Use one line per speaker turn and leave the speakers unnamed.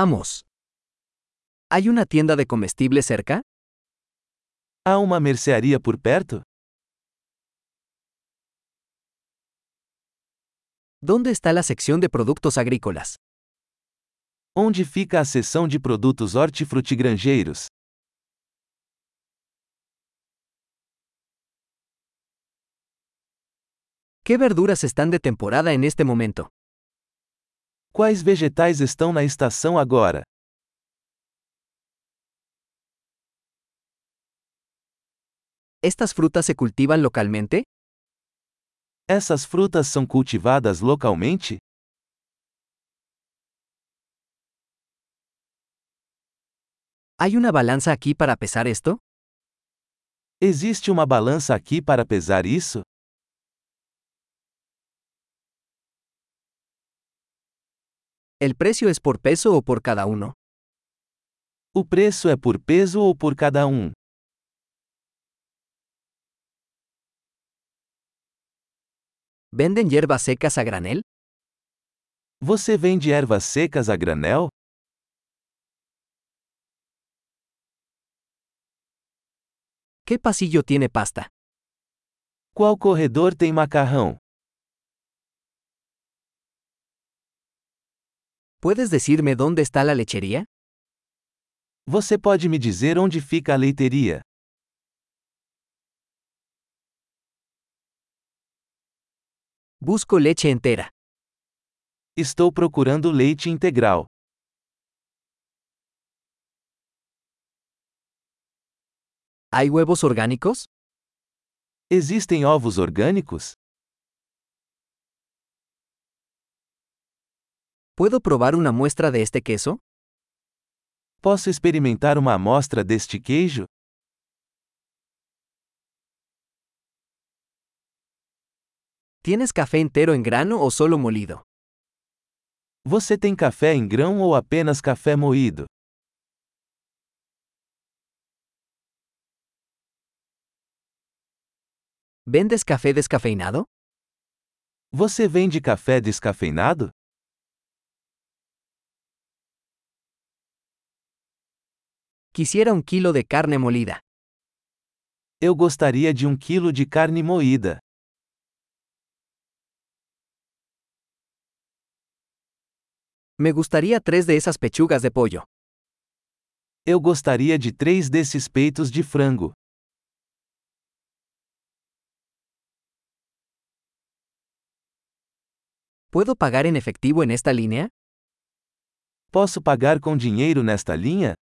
Vamos. ¿Hay una tienda de comestibles cerca?
Há uma mercearia por perto?
¿Dónde está la sección de productos agrícolas?
Onde fica a seção de produtos hortifrutigranjeiros?
¿Qué verduras están de temporada en este momento?
Quais vegetais estão na estação agora?
¿Estas frutas se cultivan localmente?
Essas frutas são cultivadas localmente?
¿Hay una balanza aquí para pesar esto?
Existe uma balança aqui para pesar isso?
¿El precio es por peso o por cada uno?
O preço é por peso ou por cada um?
¿Venden hierbas secas a granel?
Você vende ervas secas a granel?
¿Qué pasillo tiene pasta?
Qual corredor tem macarrão?
¿Puedes decirme dónde está la lechería?
Você pode me dizer onde fica a leiteria?
Busco leche entera.
Estou procurando leite integral.
¿Hay huevos orgánicos?
Existem ovos orgânicos?
¿Puedo probar una muestra de este queso?
Posso experimentar uma amostra deste queijo?
¿Tienes café entero en grano o solo molido?
Você tem café em grão ou apenas café moído?
¿Vendes café descafeinado?
Você vende café descafeinado?
Quisiera un kilo de carne molida.
Eu gostaria de um quilo de carne moída.
Me gustaría tres de esas pechugas de pollo.
Eu gostaria de três desses peitos de frango.
¿Puedo pagar en efectivo en esta línea?
Posso pagar com dinheiro nesta linha?